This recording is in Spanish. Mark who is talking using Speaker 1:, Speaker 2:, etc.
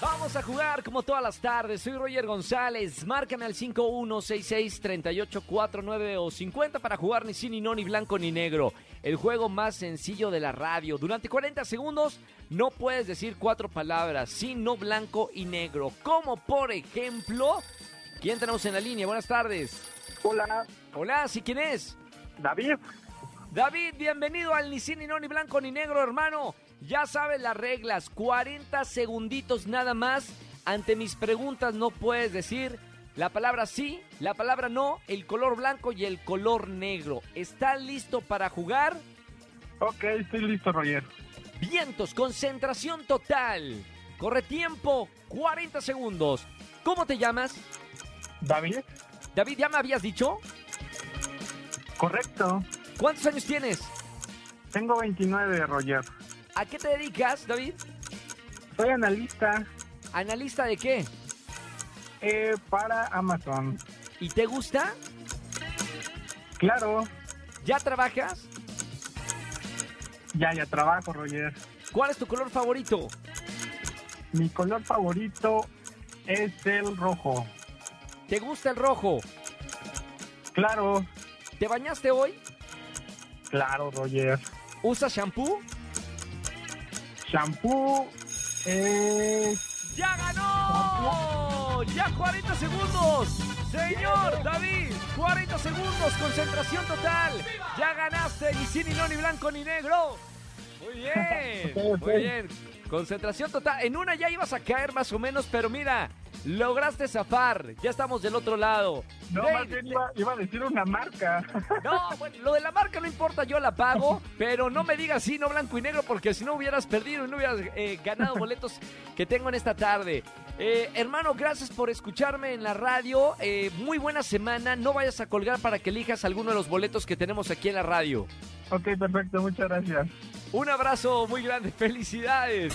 Speaker 1: Vamos a jugar como todas las tardes. Soy Roger González. Márcame al 5166-3849 o 50 para jugar ni sí, ni no, ni blanco, ni negro. El juego más sencillo de la radio. Durante 40 segundos no puedes decir cuatro palabras. Sí, no, blanco y negro. Como por ejemplo, ¿quién tenemos en la línea? Buenas tardes.
Speaker 2: Hola,
Speaker 1: Hola, ¿sí quién es?
Speaker 2: David.
Speaker 1: David, bienvenido al ni sí, ni no, ni blanco, ni negro, hermano. Ya sabes las reglas, 40 segunditos nada más. Ante mis preguntas no puedes decir la palabra sí, la palabra no, el color blanco y el color negro. ¿Estás listo para jugar?
Speaker 2: Ok, estoy listo, Roger.
Speaker 1: Vientos, concentración total. Corre tiempo, 40 segundos. ¿Cómo te llamas?
Speaker 2: David.
Speaker 1: David, ¿ya me habías dicho?
Speaker 2: Correcto.
Speaker 1: ¿Cuántos años tienes?
Speaker 2: Tengo 29, Roger.
Speaker 1: ¿A qué te dedicas, David?
Speaker 2: Soy analista
Speaker 1: ¿Analista de qué?
Speaker 2: eh, para Amazon.
Speaker 1: ¿Y te gusta?
Speaker 2: Claro,
Speaker 1: ¿Ya trabajas?
Speaker 2: ya, ya trabajo, Roger.
Speaker 1: ¿Cuál es tu color favorito?
Speaker 2: Mi color favorito es el rojo.
Speaker 1: ¿Te gusta el rojo?
Speaker 2: Claro,
Speaker 1: ¿Te bañaste hoy?
Speaker 2: claro, Roger.
Speaker 1: ¿Usas shampoo?
Speaker 2: Shampoo eh, es...
Speaker 1: ¡Ya ganó! ¡Ya 40 segundos! Señor David, 40 segundos, concentración total. Ya ganaste, ni sí, ni no, ni blanco, ni negro. Muy bien,
Speaker 2: Ok,
Speaker 1: muy
Speaker 2: ok.
Speaker 1: bien. Concentración total. En una ya ibas a caer más o menos, pero mira, lograste zafar. Ya estamos del otro lado.
Speaker 2: No,
Speaker 1: David,
Speaker 2: más bien iba, iba a decir una marca.
Speaker 1: no, bueno, lo de la marca no importa, yo la pago, pero no me digas sí, no blanco y negro, porque si no hubieras perdido y no hubieras eh, ganado boletos que tengo en esta tarde. Eh, hermano, gracias por escucharme en la radio. eh, muy buena semana. No vayas a colgar para que elijas alguno de los boletos que tenemos aquí en la radio.
Speaker 2: ok, perfecto, muchas gracias.
Speaker 1: Un abrazo muy grande, felicidades.